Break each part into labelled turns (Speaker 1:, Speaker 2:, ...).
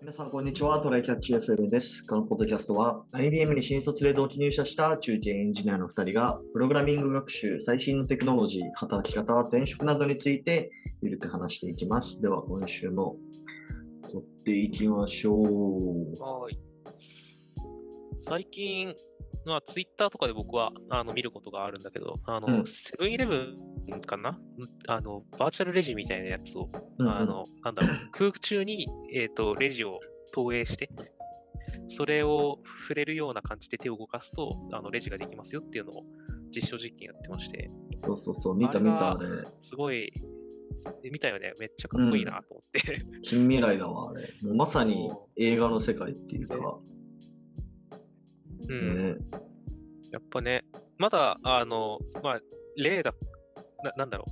Speaker 1: 皆さん、こんにちは。トライキャッチ FM です。このポッドキャストは、IBM に新卒で同期入社した中堅エンジニアの2人が、プログラミング学習、最新のテクノロジー、働き方、転職などについて、ゆるく話していきます。では、今週も、撮っていきましょう。
Speaker 2: はーい。最近、まあ、ツイッターとかで僕はあの見ることがあるんだけど、あ
Speaker 1: うん
Speaker 2: の、セブンイレブンかなあの、バーチャルレジみたいなやつを、
Speaker 1: うん
Speaker 2: あ、の、なんだろう、空中に、えっ、と、レジを投影して、それを触れるような感じで手を動かすと、あの、レジができますよっていうのを実証実験やってまして、
Speaker 1: そうそうそう、見た見た、あれ。
Speaker 2: すごい、え見たよね、めっちゃかっこいいなと思って。
Speaker 1: 近未来だわ、あれ。もうまさに映画の世界っていうか、
Speaker 2: うん
Speaker 1: ね。
Speaker 2: やっぱね、まだ、あの、まあ、例だ、ななんだろ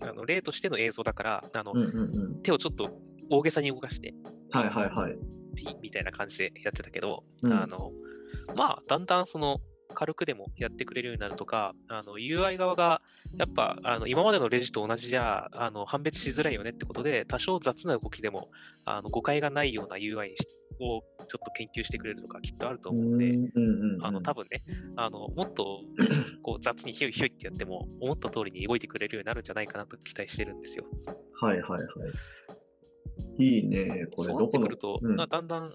Speaker 2: う。あの例としての映像だから、あの、
Speaker 1: うんうんうん。
Speaker 2: 手をちょっと大げさに動かして、
Speaker 1: はいはいはい。
Speaker 2: ピッみたいな感じでやってたけど、
Speaker 1: うん
Speaker 2: あの、まあ、だんだんその、軽くでもやってくれるようになるとか、あの UI 側がやっぱあの今までのレジと同じじゃあの判別しづらいよねってことで、多少雑な動きでもあの誤解がないような UI をちょっと研究してくれるとかきっとあると思うんで、
Speaker 1: うんうんうん、
Speaker 2: あの多分ね、あのもっ とこう雑にひょいひょいってやっても、思った通りに動いてくれるようになるんじゃないかなと期待してるんですよ。
Speaker 1: はいはいはい。いいね、これ
Speaker 2: そう
Speaker 1: ど
Speaker 2: なっ
Speaker 1: こ
Speaker 2: て
Speaker 1: の
Speaker 2: くると、
Speaker 1: うん
Speaker 2: なだんだん、ん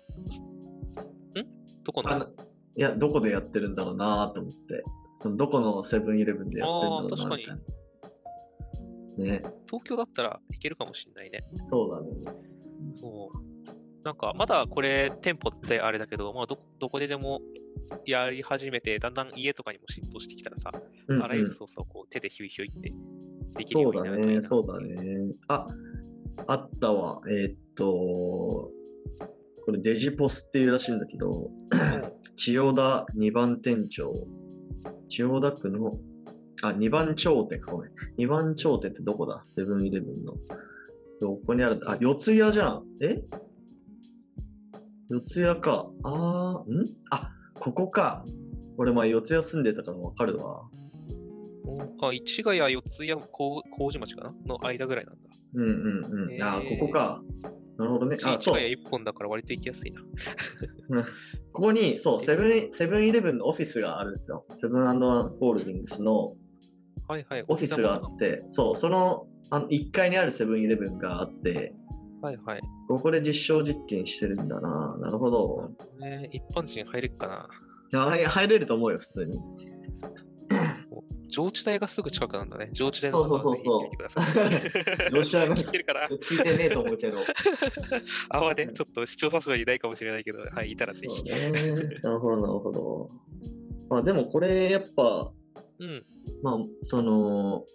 Speaker 2: どこの
Speaker 1: あのいや、どこでやってるんだろうなと思って。そのどこのセブンイレブンでやってるんだろうなみたいな。ね、
Speaker 2: 東京だったらいけるかもしれないね。
Speaker 1: そうだね。
Speaker 2: そうなんかまだこれ、店舗ってあれだけど、まあ、どどこででもやり始めて、だんだん家とかにも浸透してきたらさ、
Speaker 1: うんうん
Speaker 2: あらゆる操作をこう手でひょいひょいってでき
Speaker 1: そ
Speaker 2: るよう
Speaker 1: う
Speaker 2: に
Speaker 1: だ
Speaker 2: なるとい
Speaker 1: ね、
Speaker 2: いな
Speaker 1: そうだね。あ、あったわ。えーっと、これデジポスっていうらしいんだけど、 千代田2番店長、千代田区の、あ、2番頂点か、ごめん。2番頂点ってどこだセブンイレブンの。どこにあるあ、四ツ谷じゃん。え四ツ谷か。あー、んあ、ここか。俺、まあ、四ツ谷住んでたからわかるわ。
Speaker 2: うんあ市ヶ谷、四ツ谷、こう麹町かなの間ぐらいなんだ。
Speaker 1: うんうんうん。あー、
Speaker 2: へー
Speaker 1: ここか。なるほどね。あ、
Speaker 2: 市
Speaker 1: そ
Speaker 2: ヶ
Speaker 1: う。
Speaker 2: 谷一本だから割と行きやすいな。
Speaker 1: ここに、そう、セブン、セブンイレブンのオフィスがあるんですよ。セブンホールディングスの
Speaker 2: はいはい。
Speaker 1: オフィスがあって、そう、そのあの1階にあるセブンイレブンがあって、
Speaker 2: はいはい。
Speaker 1: ここで実証実験してるんだな。なるほど。
Speaker 2: ね、一般人入れるかな。
Speaker 1: いや入入れると思うよ、普通に。
Speaker 2: 上智大がすぐ近くなんだね。上智大
Speaker 1: そう
Speaker 2: の
Speaker 1: そうそうそう ロシアの
Speaker 2: の。聞いてるから、
Speaker 1: 聞いてねえと思うけ ど。
Speaker 2: あわね、ちょっと視聴者数がいないかもしれないけど、はい、いたらぜ
Speaker 1: そう
Speaker 2: ひ。
Speaker 1: ね。なるほど、なるほど。まあでもこれやっぱ、
Speaker 2: うん、
Speaker 1: まあ、その、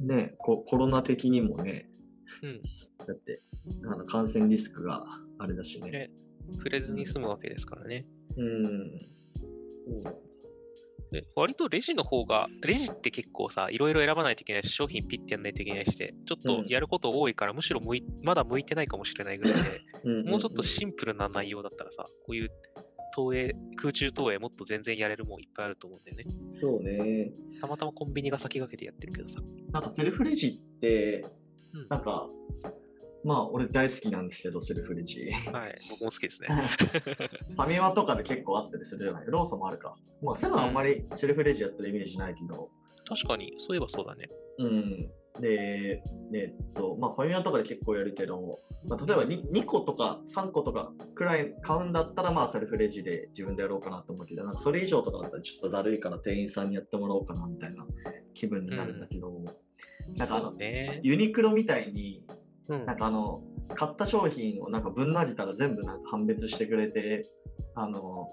Speaker 1: ね、こコロナ的にもね、
Speaker 2: うん。
Speaker 1: だって、あの感染リスクがあれだしね。
Speaker 2: ね触れずに済むわけですからね。
Speaker 1: うん。
Speaker 2: で割とレジの方が、レジって結構さ、いろいろ選ばないといけないし、商品ピッてやんないといけないしで、ちょっとやること多いから、むしろ向いまだ向いてないかもしれないぐらいで、
Speaker 1: うん
Speaker 2: もうちょっとシンプルな内容だったらさ、こういう投影、空中投影もっと全然やれるもんいっぱいあると思うんだよね。
Speaker 1: そうね。
Speaker 2: たまたまコンビニが先駆けてやってるけどさ。
Speaker 1: なんかセルフレジって、
Speaker 2: うん
Speaker 1: なんか、まあ俺大好きなんですけど、セルフレ ジ。
Speaker 2: はい、僕も好きですね。
Speaker 1: ファミマとかで結構あったりするじゃないローソンもあるか。まあセブンはあんまりセルフレジやってるイメージないけど、
Speaker 2: 確かに、そういえばそうだね。
Speaker 1: うん。で、えっと、まあファミマとかで結構やるけど、まあ、例えば 2, 2個とか3個とかくらい買うんだったら、まあセルフレジで自分でやろうかなと思うけど、なんかそれ以上とかだったらちょっとだるいから店員さんにやってもらおうかなみたいな気分になるんだけど、なんかあの
Speaker 2: そうね。
Speaker 1: ユニクロみたいに、
Speaker 2: うん
Speaker 1: なん。かあの、買った商品をなんかぶん投げたら全部なんか判別してくれて、あの、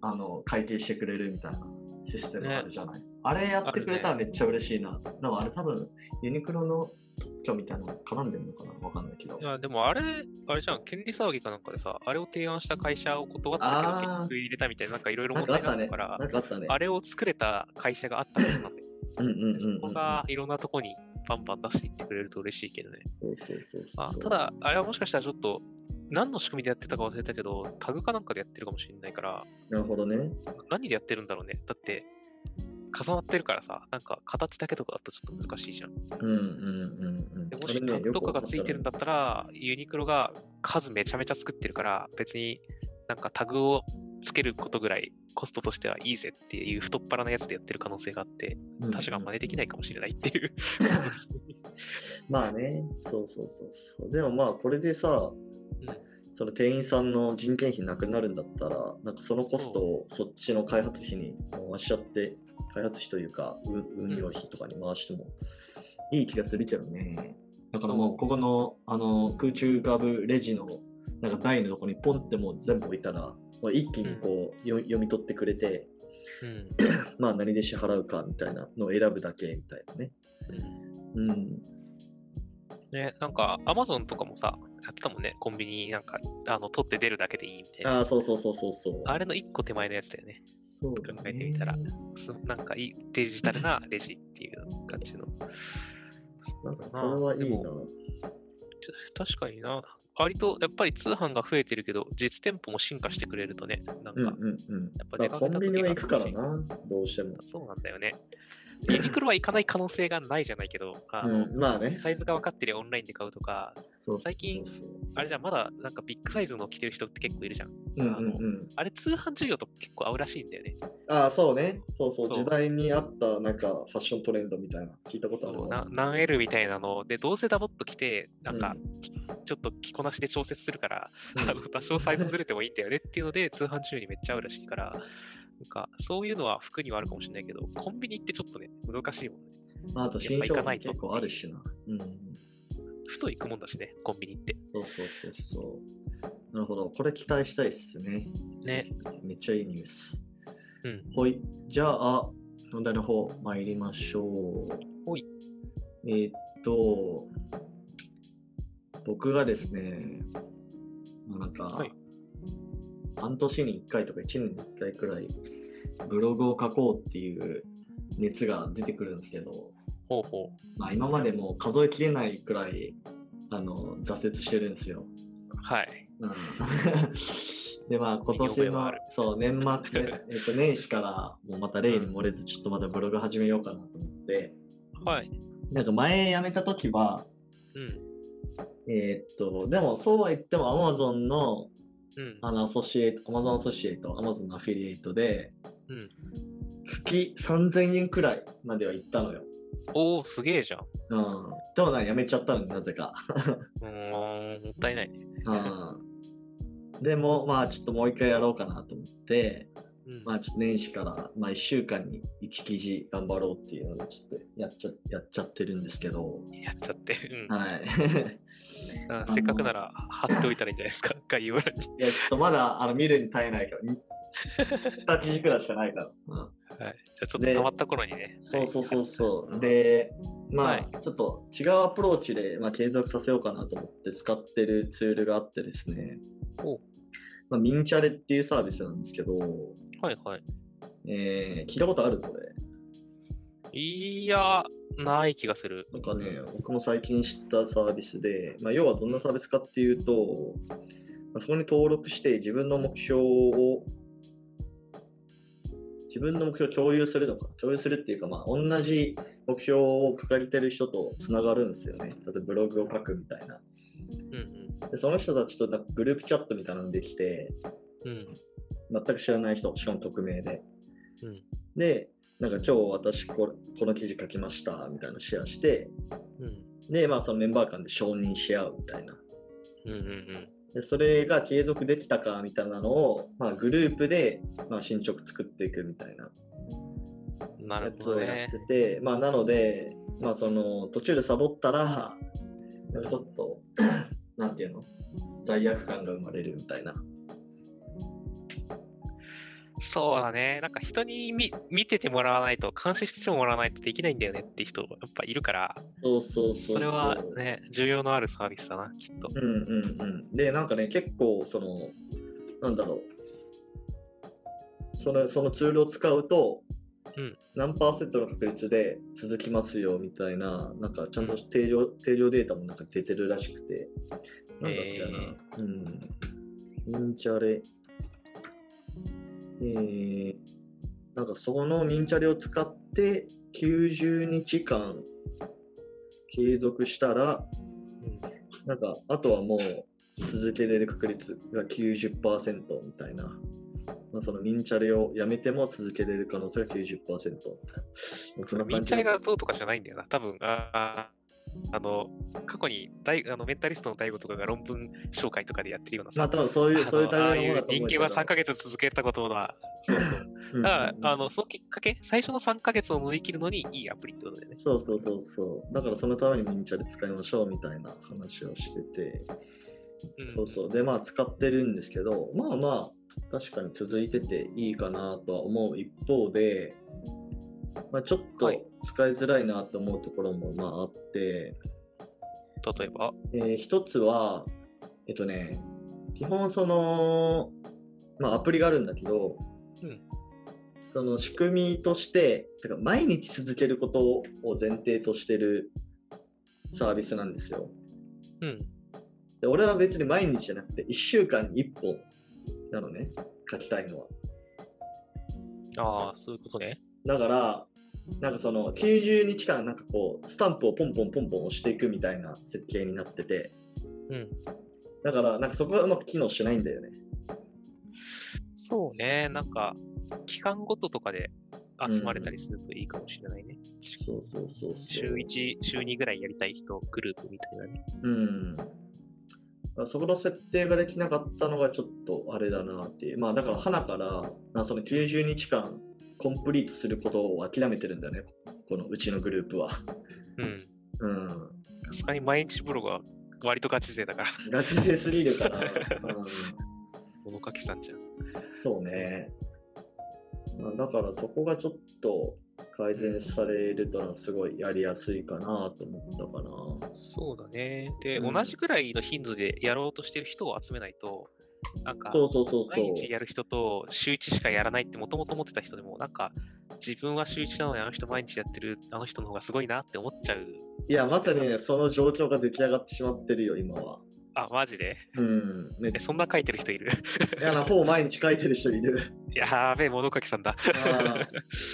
Speaker 1: あの、会計してくれるみたいなシステムあるじゃない。あれやってくれたらめっちゃ嬉しいな。でもあれ多分、ユニクロの特許みたいなの絡んでるのかなわかんないけど
Speaker 2: い。や、でもあれ、あれじゃん、権利騒ぎかなんかでさ、あれを提案した会社を断ったけど、
Speaker 1: あー
Speaker 2: 結局入れたみたいな、なんかいろいろ
Speaker 1: な
Speaker 2: 問
Speaker 1: んかあ
Speaker 2: 題
Speaker 1: っ
Speaker 2: があ
Speaker 1: たね。な
Speaker 2: ったから、
Speaker 1: んかあったね。
Speaker 2: あれを作れた会社があったはずなんで、
Speaker 1: うんうんうんうん。
Speaker 2: そこがいろんなとこにバンバン出していってくれると嬉しいけどね。
Speaker 1: そうそうそうそう
Speaker 2: あた、だ、あれはもしかしたらちょっと、何の仕組みでやってたか忘れたけど、タグかなんかでやってるかもしれないから、
Speaker 1: なるほどね。
Speaker 2: 何でやってるんだろうね。だって、重なってるからさ、なんか形だけとかだとちょっと難しいじゃん。
Speaker 1: うんうんうんうん。
Speaker 2: でも
Speaker 1: あれ
Speaker 2: しタ
Speaker 1: ね
Speaker 2: グとかがついてるんだ
Speaker 1: よ
Speaker 2: ったら、ユニクロが数めちゃめちゃ作ってるから、別になんかタグをつけることぐらいコストとしてはいいぜっていう太っ腹なやつでやってる可能性があって、
Speaker 1: くわかったな
Speaker 2: 他社が真似できないかもしれないっていう。
Speaker 1: まあね、そうそうそうそう。でもまあこれでさ、
Speaker 2: ん
Speaker 1: その店員さんの人件費なくなるんだったら、なんかそのコストをそっちの開発費に回しちゃって、開発費というかう運用費とかに回してもいい気がするけどね。だからも
Speaker 2: そうう
Speaker 1: ここのあの空中ガブレジのなんか台のとこにポンってもう全部置いたら、もう一気にこう、よ読み取ってくれて、
Speaker 2: うん
Speaker 1: まあ何で支払うかみたいなのを選ぶだけみたいなね。うん。
Speaker 2: ね、なんか Amazon とかもさ、やってたもんね、コンビニなんかあの取って出るだけでいいみたいな。
Speaker 1: ああ、そうそうそうそうそう。
Speaker 2: あれの一個手前のやつだよね。
Speaker 1: そうだね
Speaker 2: 考えてみたらそなんかいいデジタルなレジっていう感じの。
Speaker 1: なんかこれはいい
Speaker 2: で
Speaker 1: な。
Speaker 2: もちょ確かにな。割とやっぱり通販が増えてるけど、実店舗も進化してくれるとね、なん
Speaker 1: うんう
Speaker 2: か、
Speaker 1: んうん。
Speaker 2: やっ
Speaker 1: まあ
Speaker 2: ぱ出か
Speaker 1: コ
Speaker 2: けた時が
Speaker 1: ンビニは行くからな、どうしても。
Speaker 2: そうなんだよね。ユニクロは行かない可能性がないじゃないけど、あの
Speaker 1: うん、まあね。
Speaker 2: サイズが分かってりゃオンラインで買うとか、
Speaker 1: そうそうそう
Speaker 2: 最近あれじゃんまだなんかビッグサイズの着てる人って結構いるじゃん。
Speaker 1: うんうんうん。
Speaker 2: あれ通販需要と結構合うらしいんだよね。
Speaker 1: ああ、そうね。そうそう。
Speaker 2: そう
Speaker 1: 時代に合ったなんかファッショントレンドみたいな。聞いたことある
Speaker 2: そう
Speaker 1: わ
Speaker 2: な何 L みたいなのでどうせダボっと着てなんか、
Speaker 1: う
Speaker 2: きちょっと着こなしで調節するから、
Speaker 1: うん
Speaker 2: あの多少サイズずれてもいいんだよねっていうので通販中にめっちゃ合うらしいからなんかそういうのは服にはあるかもしれないけどコンビニってちょっとね難しいもんね
Speaker 1: まあ、あと新
Speaker 2: やっぱ行
Speaker 1: 商
Speaker 2: かな
Speaker 1: 品
Speaker 2: いと
Speaker 1: 結構あるしな。うん。
Speaker 2: ふと行くもんだしねコンビニって
Speaker 1: そうそうそうそう。なるほど。これ期待したいっすね。
Speaker 2: ね。
Speaker 1: めっちゃいいニュース。
Speaker 2: うん
Speaker 1: ほい。じゃあ、問題の方、参りましょう。
Speaker 2: ほい。
Speaker 1: えーっと、僕がですね、まあなんか、
Speaker 2: はい
Speaker 1: 半年に1回とか1年に1回くらい、ブログを書こうっていう熱が出てくるんですけど、
Speaker 2: ほうほ
Speaker 1: まあ、今までもう数えきれないくらい、あの、挫折してるんですよ。
Speaker 2: うはい
Speaker 1: うん でまあ今
Speaker 2: 見覚え
Speaker 1: 年
Speaker 2: はあ
Speaker 1: の
Speaker 2: る
Speaker 1: そう年末、 ねえっと、年始からもうまた例に漏れずちょっとまたブログ始めようかなと思って
Speaker 2: はい
Speaker 1: なんか前辞めた時は
Speaker 2: うん
Speaker 1: えーっとでもそうは言っても Amazon の
Speaker 2: うん
Speaker 1: あのアソシエイト Amazon アソシエイト Amazon のアフィリエイトで
Speaker 2: うん
Speaker 1: 月3000円くらいまでは行ったのよ、
Speaker 2: おおすげえじゃん
Speaker 1: うん、でもな辞めちゃったのになぜか
Speaker 2: うーんもったいないね
Speaker 1: うんでもまあちょっともう一回やろうかなと思って
Speaker 2: うん
Speaker 1: まあ、ちょっと年始から、まあ、1週間に1記事頑張ろうっていうのをちょっとやっちゃやっちゃってるんですけど、
Speaker 2: やっちゃって、うん
Speaker 1: はい。
Speaker 2: あせっかくなら貼っておいたらいいんじゃないですか 概要欄に
Speaker 1: いや、ちょっとまだあの見るに耐えないから、に2記事くらいしかないから。うん
Speaker 2: はい、じゃあちょっと
Speaker 1: で
Speaker 2: 溜まった頃にね。
Speaker 1: そうそうそうそうう。
Speaker 2: ん
Speaker 1: で、まあ、
Speaker 2: はい
Speaker 1: ちょっと違うアプローチで、まあ、継続させようかなと思って使ってるツールがあってですね、
Speaker 2: ほう
Speaker 1: まあ、ミンチャレっていうサービスなんですけど、
Speaker 2: はいはい。
Speaker 1: えー聞いたことあるこれ。
Speaker 2: いや、ない気がする。
Speaker 1: なんかね、僕も最近知ったサービスで、まあ、要はどんなサービスかっていうと、まあそこに登録して自分の目標を、自分の目標を共有するのか、共有するっていうか、まあ、同じ目標を掲げてる人とつながるんですよね。例えばブログを書くみたいな。
Speaker 2: うん
Speaker 1: でその人たちとなんかグループチャットみたいなのできて、
Speaker 2: うん。うん。
Speaker 1: 全く知らない人、しかも匿名で。
Speaker 2: うん
Speaker 1: で、なんか今日私これこの記事書きましたみたいなのシェアして、
Speaker 2: うん。
Speaker 1: で、まあ、そのメンバー間で承認し合うみたいな。
Speaker 2: うんうん
Speaker 1: でそれが継続できたかみたいなのを、まあ、グループで、まあ、進捗作っていくみたいな
Speaker 2: うん。な
Speaker 1: や
Speaker 2: る
Speaker 1: つ
Speaker 2: ほど
Speaker 1: をや
Speaker 2: ね
Speaker 1: っ。てて、まあ、なので、まあ、その途中でサボったらなんかちょっと なんていうの罪悪感が生まれるみたいな。
Speaker 2: そうだね。なんか人に見見ててもらわないと、監視しててもらわないとできないんだよねって人、やっぱいるから、
Speaker 1: そうそうそうう
Speaker 2: それはね、重要のあるサービスだな、きっと。
Speaker 1: うんうんうん。で、なんかね、結構、その、なんだろう。そのそのツールを使うと、
Speaker 2: うん
Speaker 1: 何パーセントの確率で続きますよみたいな、なんかちゃんと定量,、定量データもなんか出てるらしくて、なんだっけな、うん、ミンチャレ、えー、なんかそのミンチャレを使っで90日間継続したら、
Speaker 2: うん
Speaker 1: なんか、あとはもう続けれる確率が90%みたいな。まあ、そのミンチャレをやめても続けれる可能性が90%みたいな。そんな
Speaker 2: ミ
Speaker 1: 感
Speaker 2: ン
Speaker 1: じ
Speaker 2: チャ
Speaker 1: の
Speaker 2: レがどうとかじゃないんだよな。多分あーあの過去に大あのメンタリストの大悟とかが論文紹介とかでやってるような
Speaker 1: まあ、
Speaker 2: さ、
Speaker 1: 多分そういう、そういう
Speaker 2: あのあ
Speaker 1: タ
Speaker 2: あ
Speaker 1: イミン
Speaker 2: い
Speaker 1: グの
Speaker 2: う
Speaker 1: 方だと思うけ
Speaker 2: 人間
Speaker 1: ど
Speaker 2: は3ヶ月続けたことだ。そうそう
Speaker 1: うん
Speaker 2: だから、あのそのきっかけ、最初の3ヶ月を乗り切るのにいいアプリってことでね。
Speaker 1: そうそうそうそう。だからそのためにミンチャレ使いましょうみたいな話をしてて。
Speaker 2: ん
Speaker 1: そうそう。で、まあ使ってるんですけど、まあまあ、確かに続いてていいかなとは思う一方で、まあ、ちょっと
Speaker 2: はい
Speaker 1: 使いづらいなと思うところもまああって、
Speaker 2: 例えば、
Speaker 1: えー一つは、えっとね、基本その、まあ、アプリがあるんだけど、
Speaker 2: うん
Speaker 1: その仕組みとして、てか毎日続けることを前提としてるサービスなんですよ。
Speaker 2: うん。
Speaker 1: で俺は別に毎日じゃなくて、1週間に1本なのね、書きたいのは。
Speaker 2: ああ、そういうことね。
Speaker 1: だから、なんかその90日間なんかこうスタンプをポンポンポンポン押していくみたいな設計になってて
Speaker 2: うん。
Speaker 1: だからなんかそこがうまく機能しないんだよね
Speaker 2: そうね。なんか、期間ごととかで集まれたりするといいかもしれないね。
Speaker 1: そうそうそう
Speaker 2: 週1、週2ぐらいやりたい人、グループみたいなね。
Speaker 1: うん。だからそこの設定ができなかったのがちょっとあれだなっていう。まあだから、花から、まあその90日間コンプリートすることを諦めてるんだよね、このうちのグループは。
Speaker 2: うん。
Speaker 1: うん。
Speaker 2: さすがに毎日ブログは割とガチ勢だから、
Speaker 1: ガチ勢すぎるから。うん、
Speaker 2: 物書きさんじゃん。
Speaker 1: そうね。まあだからそこがちょっと改善されるとすごいやりやすいかなと思ったか
Speaker 2: そうだね。で、
Speaker 1: うん
Speaker 2: 同じぐらいの頻度でやろうとしてる人を集めないと、なんか
Speaker 1: な。、そうそうそうそ
Speaker 2: 毎
Speaker 1: う。
Speaker 2: 日やる人と週1しかやらないってもともと思ってた人でも、なんか、自分は週1なのにあの人毎日やってるあの人の方がすごいなって思っちゃう。
Speaker 1: いや、まさにね、その状況が出来上がってしまってるよ、今は。
Speaker 2: あ、マジで
Speaker 1: うん。めっ
Speaker 2: えそんな書いてる人いる
Speaker 1: いやな、本を毎日書いてる人いる。
Speaker 2: やーべえ、物書きさんだ。
Speaker 1: あー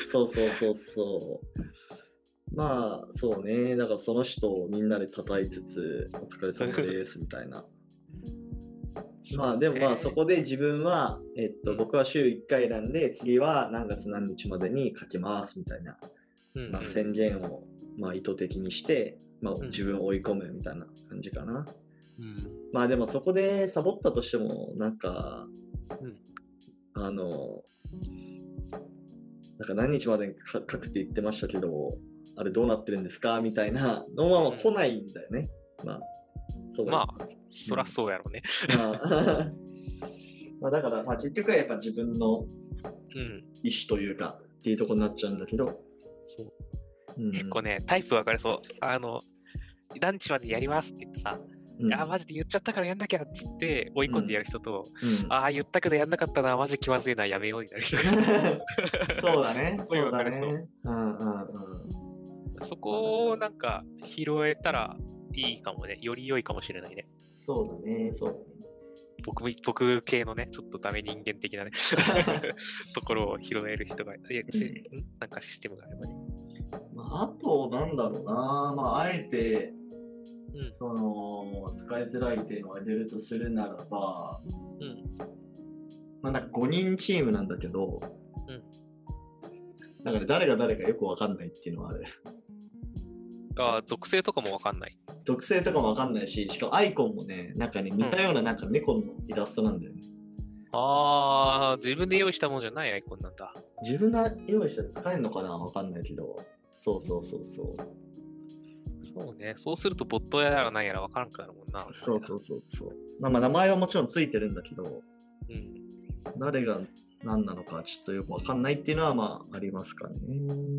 Speaker 1: そうそうそうそう。まあ、そうね。だからその人をみんなで叩いつつ、お疲れ様です、みたいな。まあ、でもまあ、そこで自分は、えっと、僕は週1回なんで、次は何月何日までに書きます、みたいな、
Speaker 2: うん、うん
Speaker 1: まあ、宣言を、まあ、意図的にして、まあ、
Speaker 2: ん
Speaker 1: 自分を追い込むみたいな感じかな。
Speaker 2: うん
Speaker 1: まあでもそこでサボったとしても、なんか、
Speaker 2: うん
Speaker 1: あの、なんか何日までにか書くって言ってましたけど、あれどうなってるんですかみたいなのは
Speaker 2: うん
Speaker 1: 来ないんだよね。まあ、そうだ
Speaker 2: ま
Speaker 1: よ
Speaker 2: あ、そらそうやろうね。
Speaker 1: まあ まあだから、まあ、結局はやっぱ自分の
Speaker 2: うん。
Speaker 1: 意思というか、っていうとこになっちゃうんだけど、
Speaker 2: そう
Speaker 1: うん
Speaker 2: 結構ね、タイプ分かれそう。あの、ランチまでやりますって言ってさ、
Speaker 1: うん
Speaker 2: あー、マジで言っちゃったからやんなきゃって言って追い込んでやる人と、
Speaker 1: うん
Speaker 2: ああ、言ったけどやんなかったな、マジ気まずいな、やめようになる 人
Speaker 1: そうだね。
Speaker 2: こうい
Speaker 1: そうう
Speaker 2: 分か
Speaker 1: だ
Speaker 2: れ そう
Speaker 1: ね。うんうんうん。
Speaker 2: そこをなんか拾えたらいいかもね、より良いかもしれないね。
Speaker 1: そうだね。そうだね。
Speaker 2: 僕み僕系のね、ちょっとダメ人間的なね、 ところを拾える人が、いやしんなんかシステムがあればね。
Speaker 1: まあ、あと、なんだろうな、まあ、あえて、
Speaker 2: うん
Speaker 1: その、使いづらい点を挙げるとするならば、
Speaker 2: うん。
Speaker 1: まあ、なんか5人チームなんだけど、
Speaker 2: うん
Speaker 1: だから誰が誰かよくわかんないっていうのはある。
Speaker 2: あー属性とかもわかんない。
Speaker 1: 属性とかもわかんないし、しかもアイコンもね、なんかね、似たようななんか猫のイラストなんだよね。
Speaker 2: ああ、自分で用意したものじゃないアイコンなんだ。
Speaker 1: 自分が用意したら使えるのかなわかんないけど。そうそうそうそう。
Speaker 2: そうね。そうすると、ボットやらなんやらわからんくなるもんな。
Speaker 1: そうそうそうそう。まあまあ名前はもちろんついてるんだけど、
Speaker 2: うん。
Speaker 1: 誰が何なのかちょっとよくわかんないっていうのはまあありますかね。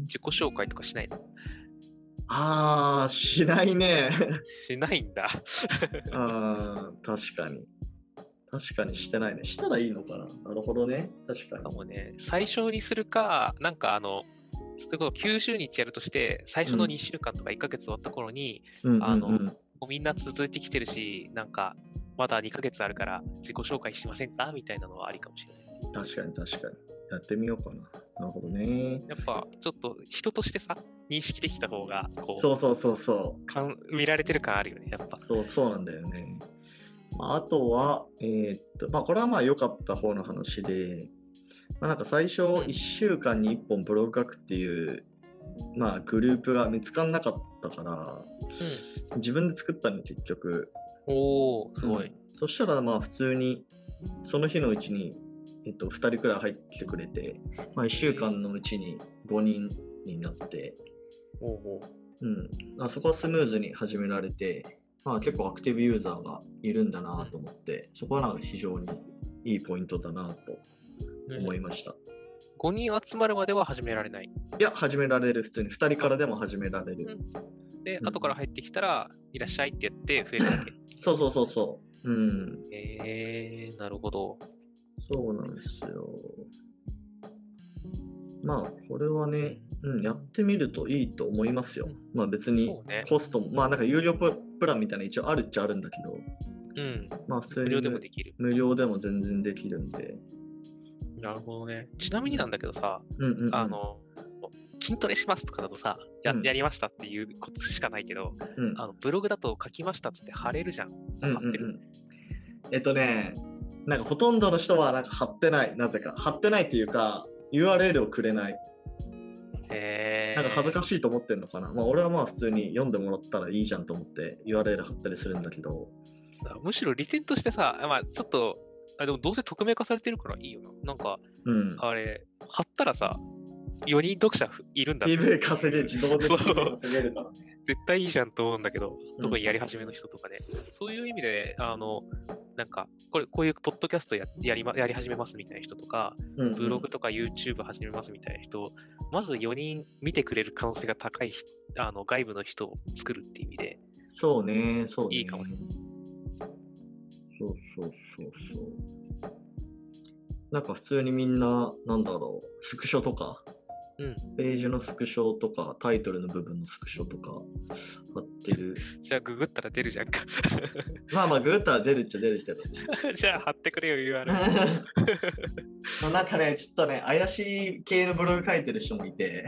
Speaker 2: 自己紹介とかしないの
Speaker 1: あー、しないね。
Speaker 2: しないんだ。
Speaker 1: あー確かに。確かにしてないね。したらいいのかな。なるほどね。確か
Speaker 2: か
Speaker 1: に。
Speaker 2: もね、最初にするか、なんかあの、それこそ90日やるとして、最初の
Speaker 1: うん
Speaker 2: 2週間とか1ヶ月終わった頃に、
Speaker 1: うんうんうん
Speaker 2: あのもうみんな続いてきてるし、なんか、まだ2ヶ月あるから自己紹介しませんかみたいなのはありかもしれない。
Speaker 1: 確かに確かに。やってみようかな。なるほどね。
Speaker 2: やっぱちょっと人としてさ、認識できた方がこう
Speaker 1: そうそうそうそ
Speaker 2: 感見られてる感あるよね、やっぱ
Speaker 1: う。。そう、そうなんだよね。まあ、あとは、えーっと、まあ、これはまあ良かった方の話で、まあ、なんか最初
Speaker 2: うん
Speaker 1: 1週間に1本ブログ書くっていう、まあ、グループが見つからなかったから、自分で作ったの結局。
Speaker 2: おお、すご
Speaker 1: う
Speaker 2: い
Speaker 1: ん。。そしたら、まあ、普通に、その日のうちに、えっと、2人くらい入ってきてくれて、まあ、1週間のうちに5人になって、
Speaker 2: おお
Speaker 1: うん、あそこはスムーズに始められて、まあ、結構アクティブユーザーがいるんだなと思って、そこはなんか非常にいいポイントだなと思いました。
Speaker 2: 5人集まるまでは始められない。
Speaker 1: いや、始められる、普通に2人からでも始められ
Speaker 2: うん
Speaker 1: る。
Speaker 2: で、
Speaker 1: うん
Speaker 2: 後から入ってきたら、いらっしゃいってやって増える だけ。
Speaker 1: そうそうそうそう。うん、
Speaker 2: えー、なるほど。
Speaker 1: そうなんですよ。まあ、これはね、うん、やってみるといいと思いますよ。まあ別に
Speaker 2: そうね
Speaker 1: コストも、まあなんか有料プランみたいな一応あるっちゃあるんだけど、
Speaker 2: うん。
Speaker 1: まあ普通
Speaker 2: 無
Speaker 1: に
Speaker 2: 料でもできる。
Speaker 1: 無料でも全然できるんで。
Speaker 2: なるほどね。ちなみになんだけどさ、
Speaker 1: うんうんうん、
Speaker 2: あの、筋トレしますとかだとさ、や
Speaker 1: うん
Speaker 2: やりましたっていうことしかないけど、
Speaker 1: うん、
Speaker 2: あのブログだと書きましたっつって貼れるじゃん。
Speaker 1: うん
Speaker 2: 貼って
Speaker 1: うんう
Speaker 2: る。
Speaker 1: んえっとね、なんかほとんどの人はなんか貼ってない、なぜか。貼ってないっていうか、URL をくれない。
Speaker 2: へー
Speaker 1: なんか恥ずかしいと思ってんのかな。まあ俺はまあ普通に読んでもらったらいいじゃんと思って URL 貼ったりするんだけど、
Speaker 2: むしろ利点としてさ、まあ、ちょっと、あでもどうせ匿名化されてるからいいよな。なんか、
Speaker 1: うん。
Speaker 2: あれ、貼ったらさ、4人読者ふいるんだって
Speaker 1: PV 稼げ、自動で
Speaker 2: そう
Speaker 1: PV 稼げるから。
Speaker 2: 絶対いいじゃんと思うんだけど、
Speaker 1: うん
Speaker 2: 特にやり始めの人とかね。そういう意味で、あの、なんか、これ、こういうポッドキャストややりまやり始めますみたいな人とか、
Speaker 1: うんうん
Speaker 2: ブログとか YouTube 始めますみたいな人、まず4人見てくれる可能性が高い人あの外部の人を作るっていう意味で、
Speaker 1: そうね、そうね。
Speaker 2: いいかも
Speaker 1: そうそうそうそう。なんか普通にみんな、なんだろう、スクショとか、
Speaker 2: うん
Speaker 1: ページのスクショとか、タイトルの部分のスクショとか貼ってる。
Speaker 2: じゃあググったら出るじゃんか。
Speaker 1: まあまあ、グータら出るっちゃ出るけど。
Speaker 2: じゃあ貼ってくれよ URL。
Speaker 1: まあなんかね、ちょっとね、怪しい系のブログ書いてる人もいて、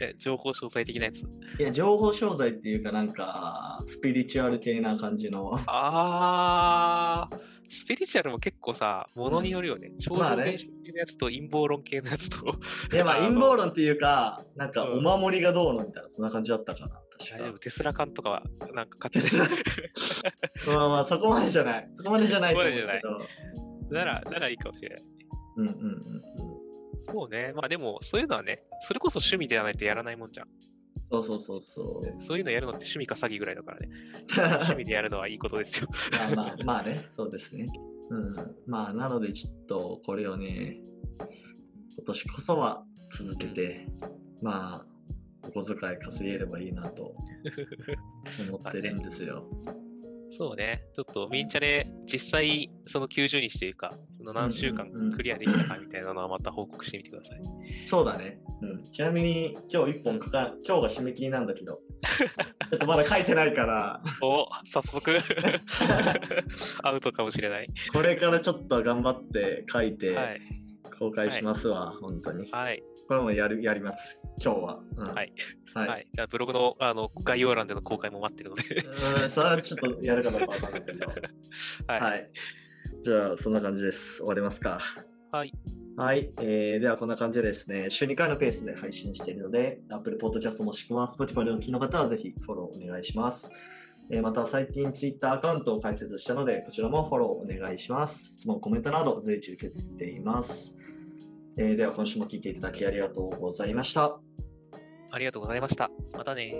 Speaker 2: え情報詳細的なやつ。
Speaker 1: いや、情報商材っていうか、なんか、スピリチュアル系な感じの。
Speaker 2: あー、スピリチュアルも結構さ、ものによるよね。超
Speaker 1: まあ
Speaker 2: 常
Speaker 1: ね
Speaker 2: 現象系のやつと陰謀論系のやつと。
Speaker 1: いやまあ
Speaker 2: あの
Speaker 1: 陰謀論っていうか、なんか
Speaker 2: うん
Speaker 1: お守りがどうのみたいな、そんな感じだったかな。
Speaker 2: 大丈
Speaker 1: 確
Speaker 2: 夫、テスラ缶とかはなんか買っ
Speaker 1: テスラ
Speaker 2: て
Speaker 1: か。まあまあそこまでじゃない。そこまでじゃないと思うけど。
Speaker 2: なら、ならいいかもしれない。
Speaker 1: うんうんうんうん。
Speaker 2: そうね。まあでも、そういうのはね、それこそ趣味ではないとやらないもんじゃん。
Speaker 1: そうそうそうそう。
Speaker 2: そういうのやるのって趣味か詐欺ぐらいだからね。趣味でやるのはいいことですよ。
Speaker 1: まあまあ、まあね、そうですね。うん。まあなのでちょっとこれをね、今年こそは続けて、まあ、お小遣い稼げればいいなと思ってるんですよ。
Speaker 2: そうね。ちょっと、ミンチャレ、実際、その90日というか、その何週間
Speaker 1: うんうんうん
Speaker 2: クリアできたかみたいなのはまた報告してみてく ださい。
Speaker 1: そうだね。うん、ちなみに今日1本かか、今日が締め切りなんだけ ど、ちょっとまだ書いてないから、
Speaker 2: お早速、 アウトかもしれない。
Speaker 1: これからちょっと頑張って書い
Speaker 2: は
Speaker 1: て
Speaker 2: い。
Speaker 1: 公開しますわ、本当に。
Speaker 2: はい。
Speaker 1: これもやるやります、今日は。うん
Speaker 2: はい。
Speaker 1: はい。
Speaker 2: はい。じゃあ、ブログのあの概要欄での公開も待ってるので。
Speaker 1: うん、それはちょっとやるかどうかわかんないけど。
Speaker 2: はい。
Speaker 1: はい。じゃあ、そんな感じです。終わりますか。
Speaker 2: はい。
Speaker 1: はい、えーではこんな感じでですね、週2回のペースで配信しているので、Apple Podcast もしくは Spotify でお聞きの方はぜひフォローお願いします。えーまた最近 Twitter アカウントを開設したので、こちらもフォローお願いします。質問、コメントなど随時受け付けています。えーでは今週も聞いていただきありがとうございました。
Speaker 2: ありがとうございました。またね